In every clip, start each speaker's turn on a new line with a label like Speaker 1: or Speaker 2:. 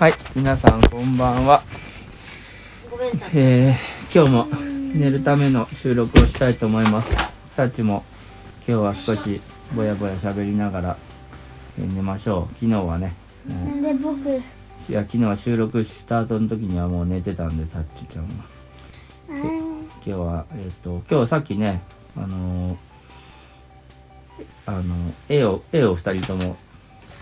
Speaker 1: はい、皆さんこんばんは。
Speaker 2: ごめんなさい。
Speaker 1: えー、今日も寝るための収録をしたいと思います。タッチも今日は少しぼやぼや喋りながらえー寝ましょう。昨日はね、も
Speaker 3: で僕
Speaker 1: ういや昨日は収録した後の時にはもう寝てたんでタッチちゃんは。今日はえっ、と今日さっきねあのーあの絵を絵を二人とも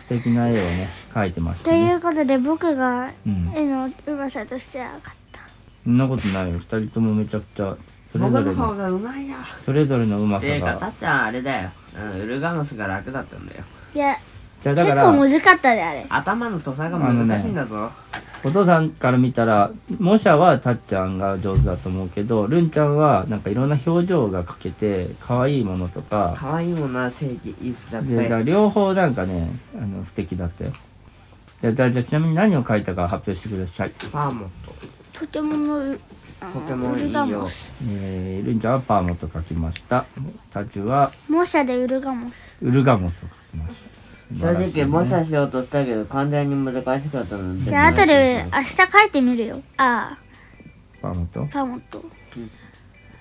Speaker 1: 素敵な絵をね描いてました
Speaker 3: とい
Speaker 1: ね。
Speaker 3: うことで僕が
Speaker 1: うん。
Speaker 3: 絵のうまさとしては分かった
Speaker 1: そんなことないよ。二人ともめちゃくちゃそれぞ
Speaker 2: 僕の
Speaker 1: れ
Speaker 2: 方
Speaker 1: の
Speaker 2: がうまいよ。
Speaker 1: それぞれのうま
Speaker 4: て
Speaker 1: さ
Speaker 4: いうか、た
Speaker 1: が。
Speaker 4: っちゃんあれだよ。あのウルガノスが楽だったんだよ。
Speaker 3: いや
Speaker 1: じゃあ
Speaker 3: 結
Speaker 1: だから
Speaker 3: 構難かったであれ
Speaker 4: 頭の土佐が難しいんだぞ。
Speaker 1: お父さんから見たら模写はたっちゃんが上手だと思うけどルンちゃんはなんかいろんな表情が描けて可愛いものとか
Speaker 4: 可愛いものは正義、いいだった
Speaker 1: でだから
Speaker 4: よ。
Speaker 1: 両方なんかねあの素敵だったよ。じゃあじゃあじゃあちなみに何を描いたか発表してください。
Speaker 4: パーモット。
Speaker 3: ポケモンのう
Speaker 4: ポケモンいい
Speaker 3: ウルガ
Speaker 4: よ
Speaker 3: モ。ス
Speaker 1: えー、ルンちゃんはパーモと描きました。タッチは
Speaker 3: 模写でウルガモス
Speaker 1: ウルガモスを描きました。
Speaker 4: 正直、模
Speaker 1: 素晴らしいね
Speaker 4: 写しようとしたけど、完全に難しかったので。
Speaker 3: じゃあ後で明日描いてみるよあ
Speaker 1: パーモと
Speaker 3: あパモと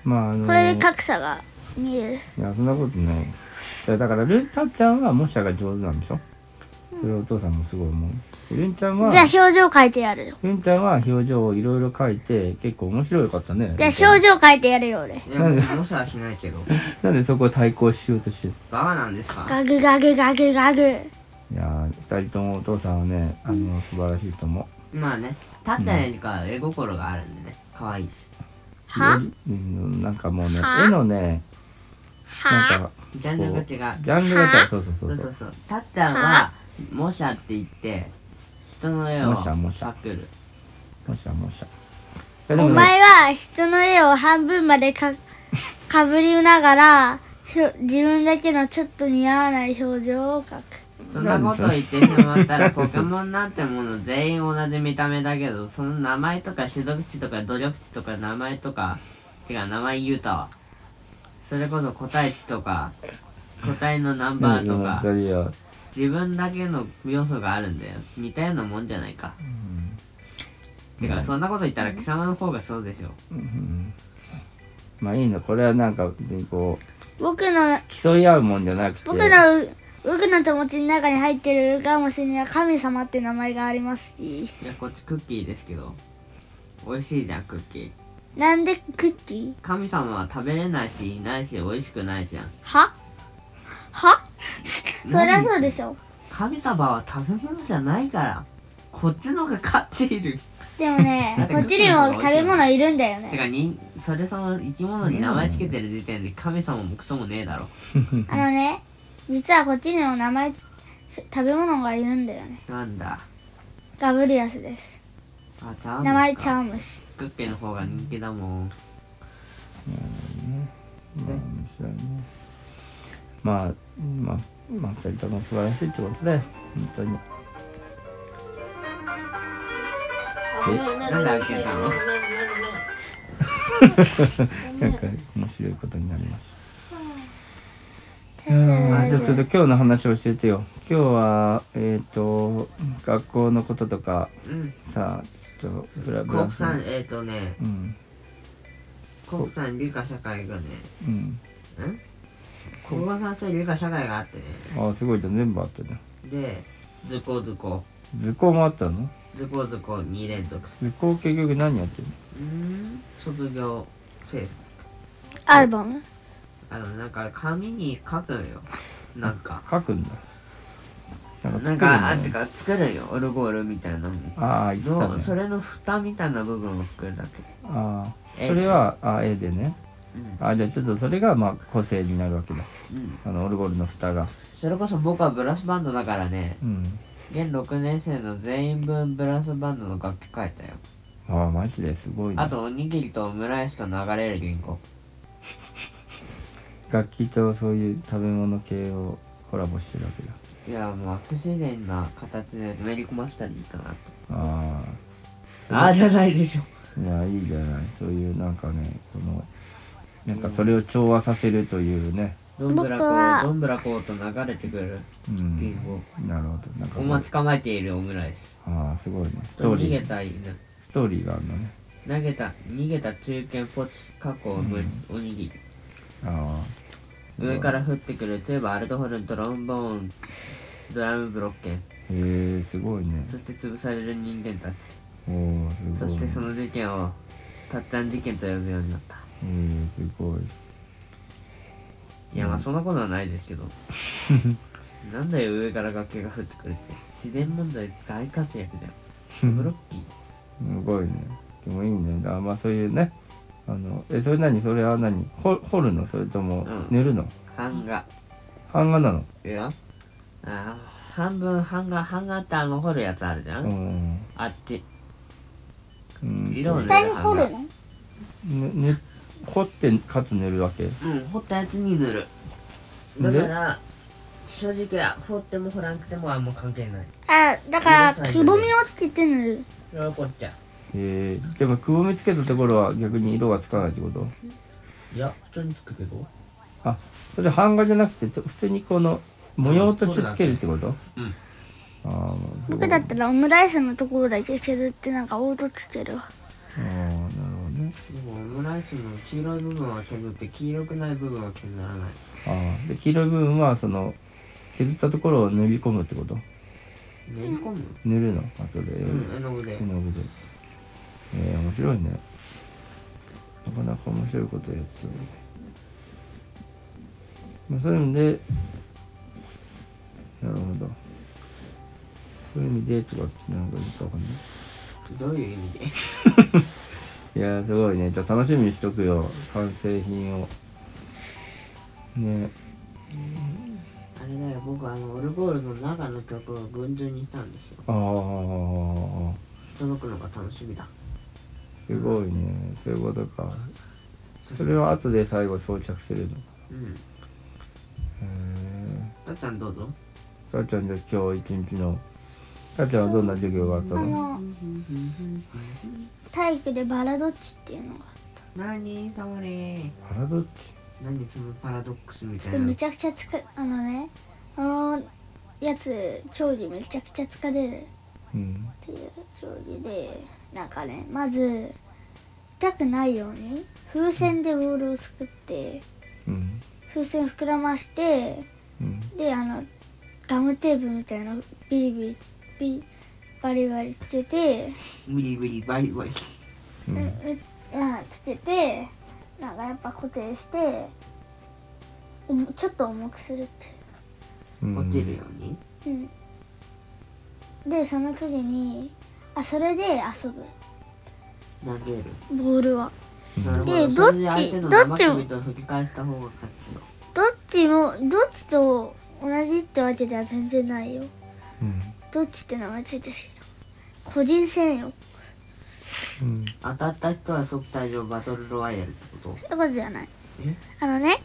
Speaker 1: まああの
Speaker 3: これで格差が見える
Speaker 1: いやそんなことないいやだからルンタちゃんは模写が上手なんでしょそれをお父さんもすごい思うルンちゃんは
Speaker 3: じゃあ表情描いてやるよ
Speaker 1: ルンちゃんは表情をいろいろ描いて結構面白かったね
Speaker 3: じゃあ表情描いてやるよ俺
Speaker 4: いや、模写はしな いけど。
Speaker 1: なんでそこを対抗しようとしてる
Speaker 4: バカなんですか
Speaker 3: ガグガグガグガグ
Speaker 1: いやー二人ともお父さんはねあの素晴らしいと思
Speaker 4: まあね、たっちゃんよりかは絵心があるんでね。可愛いし。
Speaker 1: う
Speaker 3: は
Speaker 1: よりうんなんかもうね
Speaker 3: は
Speaker 1: 絵のねなん
Speaker 3: は
Speaker 1: か
Speaker 4: ジャンルが違う。
Speaker 1: ジャンルが違
Speaker 3: は
Speaker 1: うそうそうそ
Speaker 4: そうう
Speaker 1: そ
Speaker 4: そううそう。たっちゃんは、模写って言って、人の絵を
Speaker 1: 模写模写
Speaker 4: パクる。
Speaker 1: 模写模写いやで
Speaker 3: お
Speaker 1: もね
Speaker 3: 前は人の絵を半分までか かぶりながらひょ自分だけのちょっと似合わない表情を描く
Speaker 4: そんなこと言ってしまったらポケモンなんてもの全員同じ見た目だけどその名前とか種族値とか努力値とか名前とかてか名前言うたわそれこそ個体値とか個体のナンバーとか
Speaker 1: うんうんうん
Speaker 4: 自分だけの要素があるんだよ似たようなもんじゃないかてかそんなこと言ったら貴様の方がそうでしょ
Speaker 1: うんまあいいのこれはなんか別にこう
Speaker 3: 僕の
Speaker 1: 競い合うもんじゃなくて
Speaker 3: 僕の僕の友達の中に入ってるガモスには神様って名前がありますし
Speaker 4: いやこっちクッキーですけど美味しいじゃんクッキー
Speaker 3: なんでクッキー
Speaker 4: 神様は食べれないしいないし美味しくないじゃん
Speaker 3: はは そりゃそうでしょ
Speaker 4: 神様は食べ物じゃないからこっちのが勝っている
Speaker 3: でもねこっちにも食べ物いるんだよ
Speaker 4: て
Speaker 3: ね
Speaker 4: かにそれその生き物に名前つけてる時点で神様もクソもねえだろ
Speaker 3: あのね実はこっちにも名前つ食べ物がいるんだよね
Speaker 4: なんだ
Speaker 3: ガブリアスです
Speaker 4: あちゃう
Speaker 3: 名前チ
Speaker 4: ちゃ
Speaker 3: ャ
Speaker 4: う
Speaker 3: ームシ
Speaker 4: クッキーの方が人気だもん
Speaker 1: まあ面白いねまあまあまあ二人とも素晴らしいってことだよ本当に
Speaker 4: なんで開けたの
Speaker 1: なんか面白いことになりましたうんあじゃあちょっと今日の話教えてよ今日はえっ、と学校のこととか
Speaker 4: うん
Speaker 1: さちょっとブラブ
Speaker 4: 国
Speaker 1: ラす
Speaker 4: 産
Speaker 1: る
Speaker 4: えっ、ー、とね
Speaker 1: うん
Speaker 4: 国産理科社会がね
Speaker 1: うん
Speaker 4: ん国語算数理科社会があってね
Speaker 1: あすごいじゃん全部あったじゃん
Speaker 4: で図工図工
Speaker 1: 図工もあったの
Speaker 4: 図工図工2連続
Speaker 1: 図工結局何やってるの
Speaker 4: うん卒業制服
Speaker 3: アルバム
Speaker 4: あのなんか紙に書くのよなんか
Speaker 1: 書くんだなんか作る
Speaker 4: なんかあ
Speaker 1: の
Speaker 4: てか作るよオルゴールみたいなの
Speaker 1: ああ言ってた
Speaker 4: の
Speaker 1: ね
Speaker 4: それの蓋みたいな部分を作るだけ
Speaker 1: ああ
Speaker 4: え
Speaker 1: それはあ A でね
Speaker 4: うん、
Speaker 1: あじゃあちょっとそれがまあ個性になるわけだ
Speaker 4: うん、
Speaker 1: あのオルゴールの蓋が
Speaker 4: それこそ僕はブラスバンドだからね
Speaker 1: うん
Speaker 4: 現6年生の全員分ブラスバンドの楽器書いたよ
Speaker 1: ああマジですごい
Speaker 4: あ
Speaker 1: ね
Speaker 4: とおにぎりとオムライスと流れる銀行
Speaker 1: 楽器とそういう食べ物系をコラボしてるわけだ
Speaker 4: いやもう不自然な形でめり込ませたらいいかなと
Speaker 1: あ
Speaker 4: ああじゃないでしょ
Speaker 1: あいやいいじゃないそういうなんかねこのなんかそれを調和させるというね
Speaker 4: どんぶらこ
Speaker 3: 僕は
Speaker 4: うどんぶらこうと流れてくる
Speaker 1: うん
Speaker 4: リンゴ
Speaker 1: なるほどなんか
Speaker 4: お前捕まえているオムライス
Speaker 1: ああすごいねストーリ
Speaker 4: 逃げ
Speaker 1: ー
Speaker 4: た犬
Speaker 1: ストーリーがあるのね
Speaker 4: 投げた逃げた中堅ポチ過去むおにぎり
Speaker 1: ああ
Speaker 4: 上から降ってくるチューバアルトホルントロンボーンドラムブロッケン
Speaker 1: へえすごいね
Speaker 4: そして潰される人間たち
Speaker 1: おおすご
Speaker 4: そ
Speaker 1: い
Speaker 4: してそ
Speaker 1: へ
Speaker 4: の事件をタッタン事件と呼ぶようになった
Speaker 1: えすごい
Speaker 4: いやまあそんなことはないですけど なんだよ上から崖が降ってくるって自然問題大活躍じゃんブロッキー
Speaker 1: すごいねでもいいねあまあそういうねあのえそれ何それは何ほ掘るのそれとも
Speaker 4: うん
Speaker 1: 塗るの、
Speaker 4: 版画
Speaker 1: 版画なの
Speaker 4: いやあー半分版画版画ってあの掘るやつあるじゃん、
Speaker 1: うん
Speaker 4: あっち
Speaker 1: うん
Speaker 4: 色を塗
Speaker 3: 絶
Speaker 4: る
Speaker 3: 対に掘るの
Speaker 1: ぬぬ掘ってかつ塗るわけ
Speaker 4: うん掘ったやつに塗るだから正直は掘っても掘らなくてもあんま関係ない
Speaker 3: あ、だから、くぼみをつけて塗る。
Speaker 4: それはこっちゃ
Speaker 1: えー、でもくぼみつけたところは逆に色がつかないってこと
Speaker 4: いや普通につくけど
Speaker 1: あそれ版画じゃなくてと普通にこの模様としてつけるってこと
Speaker 4: うん
Speaker 1: ああもうすごい
Speaker 3: 僕だったらオムライスのところだけ削ってなんか凹凸してるわ。
Speaker 1: ああなるほどね
Speaker 4: でもオムライスの黄色い部分は削って黄色くない部分は削らない
Speaker 1: ああで黄色い部分はその削ったところを塗り込むってこと
Speaker 4: 練り込む
Speaker 1: 塗るのあとで
Speaker 4: うん絵の具で
Speaker 1: 絵の具でえー、面白いねなかなか面白いことやってる、まあ、そういう意味でなるほどそういう意味でとかってなんか言ったかな
Speaker 4: どういう意味で
Speaker 1: いやーすごいねじゃあ楽しみにしとくよ完成品をね
Speaker 4: あれだよ僕あのオルゴールの中の曲を群順にしたんですよ
Speaker 1: ああ
Speaker 4: 届くのが楽しみだ
Speaker 1: すごいねそういうことかそれは後で最後装着するのへ
Speaker 4: うん
Speaker 1: え
Speaker 4: たっちゃんどうぞ
Speaker 1: さっちゃんじゃあ今日一日のさっちゃんはどんな授業があった
Speaker 3: あ
Speaker 1: の
Speaker 3: の、体育でバラドッチっていうのが。
Speaker 4: 何それ
Speaker 1: パラドッチ
Speaker 4: 何そのパラドックスみ
Speaker 3: ちょっ
Speaker 4: た
Speaker 3: と
Speaker 4: いな
Speaker 3: めちゃくちゃつか、あのね、あのやつ、競技めちゃくちゃ疲れる。
Speaker 1: うん
Speaker 3: っていう競技でなんかねまず痛くないように風船でボールを作って
Speaker 1: うん
Speaker 3: 風船膨らまして
Speaker 1: うん
Speaker 3: であのガムテープみたいなのビリビリビリバリバリつけて、
Speaker 4: ブリブリバリバリ
Speaker 1: うんうん
Speaker 3: うまあつけてなんかやっぱ固定しておもちょっと重くするっていう
Speaker 1: うん
Speaker 4: 落ちるように
Speaker 3: うん、でその次にあそれで遊ぶ
Speaker 4: 投げる
Speaker 3: ボールは
Speaker 4: なるほ
Speaker 3: でど
Speaker 4: ど
Speaker 3: っち
Speaker 4: それで相手の
Speaker 3: どっ
Speaker 4: 生
Speaker 3: ちを
Speaker 4: 首と吹き返した方が勝ちよ
Speaker 3: どっちもどっちと同じってわけでは全然ないよ
Speaker 1: うん
Speaker 3: どっちって名前ついてるけど個人戦よ
Speaker 1: うん
Speaker 4: 当たった人は即退場バトルロワイヤルってこと
Speaker 3: そういうことじゃない
Speaker 4: え
Speaker 3: あのね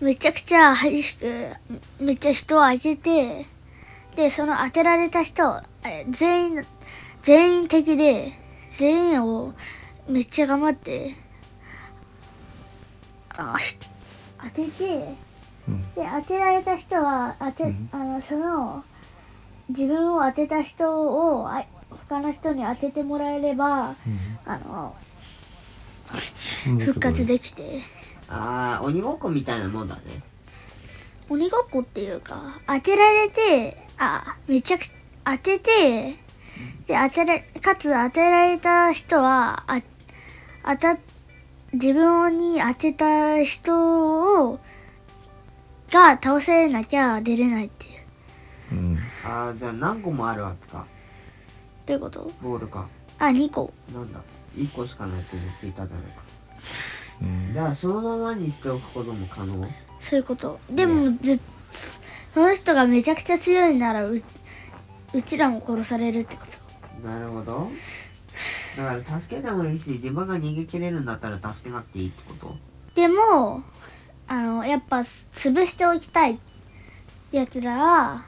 Speaker 3: めちゃくちゃ激しくめめっちゃ人を当ててでその当てられた人え全員全員敵で全員をめっちゃ頑張ってあひ当てて
Speaker 1: うん
Speaker 3: で当てられた人は当て、
Speaker 1: うん
Speaker 3: あのその自分を当てた人をあ他の人に当ててもらえればあの
Speaker 1: うん
Speaker 3: 復活できて
Speaker 4: ああ鬼ごっこみたいなもんだね
Speaker 3: 鬼ごっこっていうか当てられてあめちゃくち当ててで当てらかつ当てられた人はあ当たっ自分に当てた人をが倒されなきゃ出れないっていう
Speaker 1: うん
Speaker 4: ああじゃあ何個もあるわけか
Speaker 3: どういうこと
Speaker 4: ボールか
Speaker 3: あ2個
Speaker 4: なんだ1個しかないと思っていたじゃないか
Speaker 1: うん
Speaker 4: じゃあそのままにしておくことも可能
Speaker 3: そういうこと。でも、ずその人がめちゃくちゃ強いならう、うちらも殺されるってこと。
Speaker 4: なるほどだから助けてもいいし自分が逃げ切れるんだったら助けなくていいってこと
Speaker 3: でも、あの、やっぱ、潰しておきたいやつらは、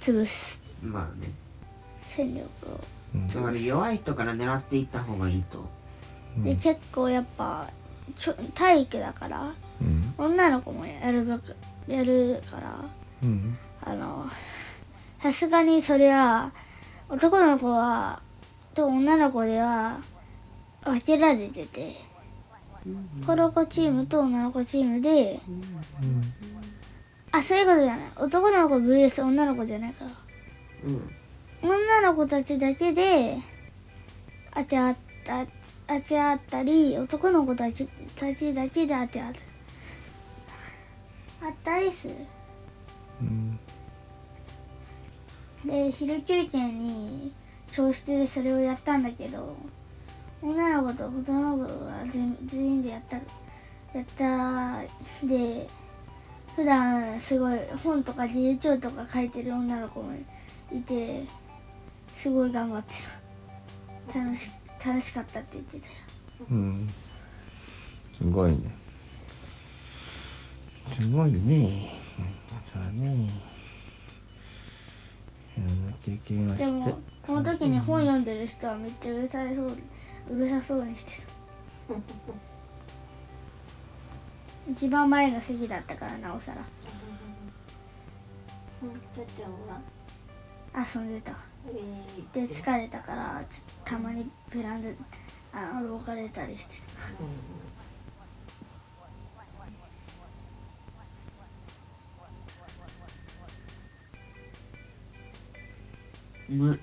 Speaker 3: 潰す。
Speaker 4: まあね
Speaker 3: 戦力を。
Speaker 1: うん
Speaker 4: だから弱い人から狙っていった方がいいと
Speaker 1: うん
Speaker 3: で、結構やっぱ、ちょ体育だから、
Speaker 1: うん
Speaker 3: 女の子もやるばかやるから
Speaker 5: うん
Speaker 3: あのさすがにそれは男の子はと女の子では分けられてて男の子チームと女の子チームで
Speaker 5: うん
Speaker 3: あそういうことじゃない男の子 VS 女の子じゃないから
Speaker 4: うん
Speaker 3: 女の子たちだけで当てあった当てあったり男の子たちたちだけで当てあったあったりする
Speaker 5: うん
Speaker 3: で昼休憩に教室でそれをやったんだけど女の子と男の子が全全員でやったやったで普段すごい本とか自由帳とか書いてる女の子もいてすごい頑張ってた楽し楽しかったって言ってたよ
Speaker 5: うん
Speaker 1: すごいねすごいねそれはねいろんな経験を
Speaker 3: で
Speaker 1: し
Speaker 3: も
Speaker 1: て
Speaker 3: この時に本読んでる人はめっちゃうるさいそううるさそうにしてた一番前の席だったからなおさら
Speaker 2: とちゃんは、
Speaker 3: 遊んでた
Speaker 2: えーって
Speaker 3: で疲れたからちょっとたまにベランダあの廊下出たりしてた
Speaker 4: む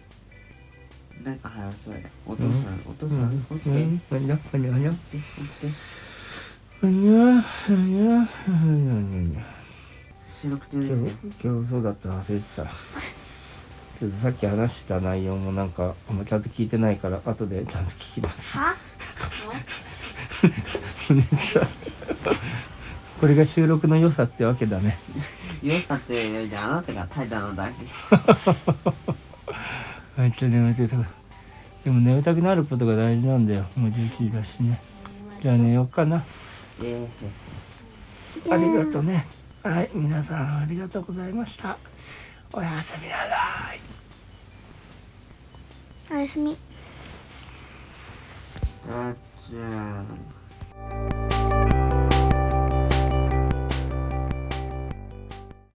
Speaker 4: なんか話そうやお父さんお父さん起きて
Speaker 1: うんあにゃあにゃあにゃ
Speaker 4: 起きて
Speaker 1: あにゃあにゃあにゃあにゃあにゃ
Speaker 4: 収録中です
Speaker 1: 今
Speaker 4: ね
Speaker 1: 日今日そうだったの忘れてたけどさっき話してた内容もなんかあんまちゃんと聞いてないから後でちゃんと聞きます
Speaker 3: あ
Speaker 1: これが収録の良さってわけだね
Speaker 4: よかったよりあなたが怠惰なだけ
Speaker 1: あいつ眠てたからでも眠たくなることが大事なんだよもう11時だしねじゃあ寝ようかな
Speaker 4: ええ
Speaker 1: ありがとうねはい皆さんありがとうございましたおやすみなさい
Speaker 3: おやすみ
Speaker 4: あっちゃん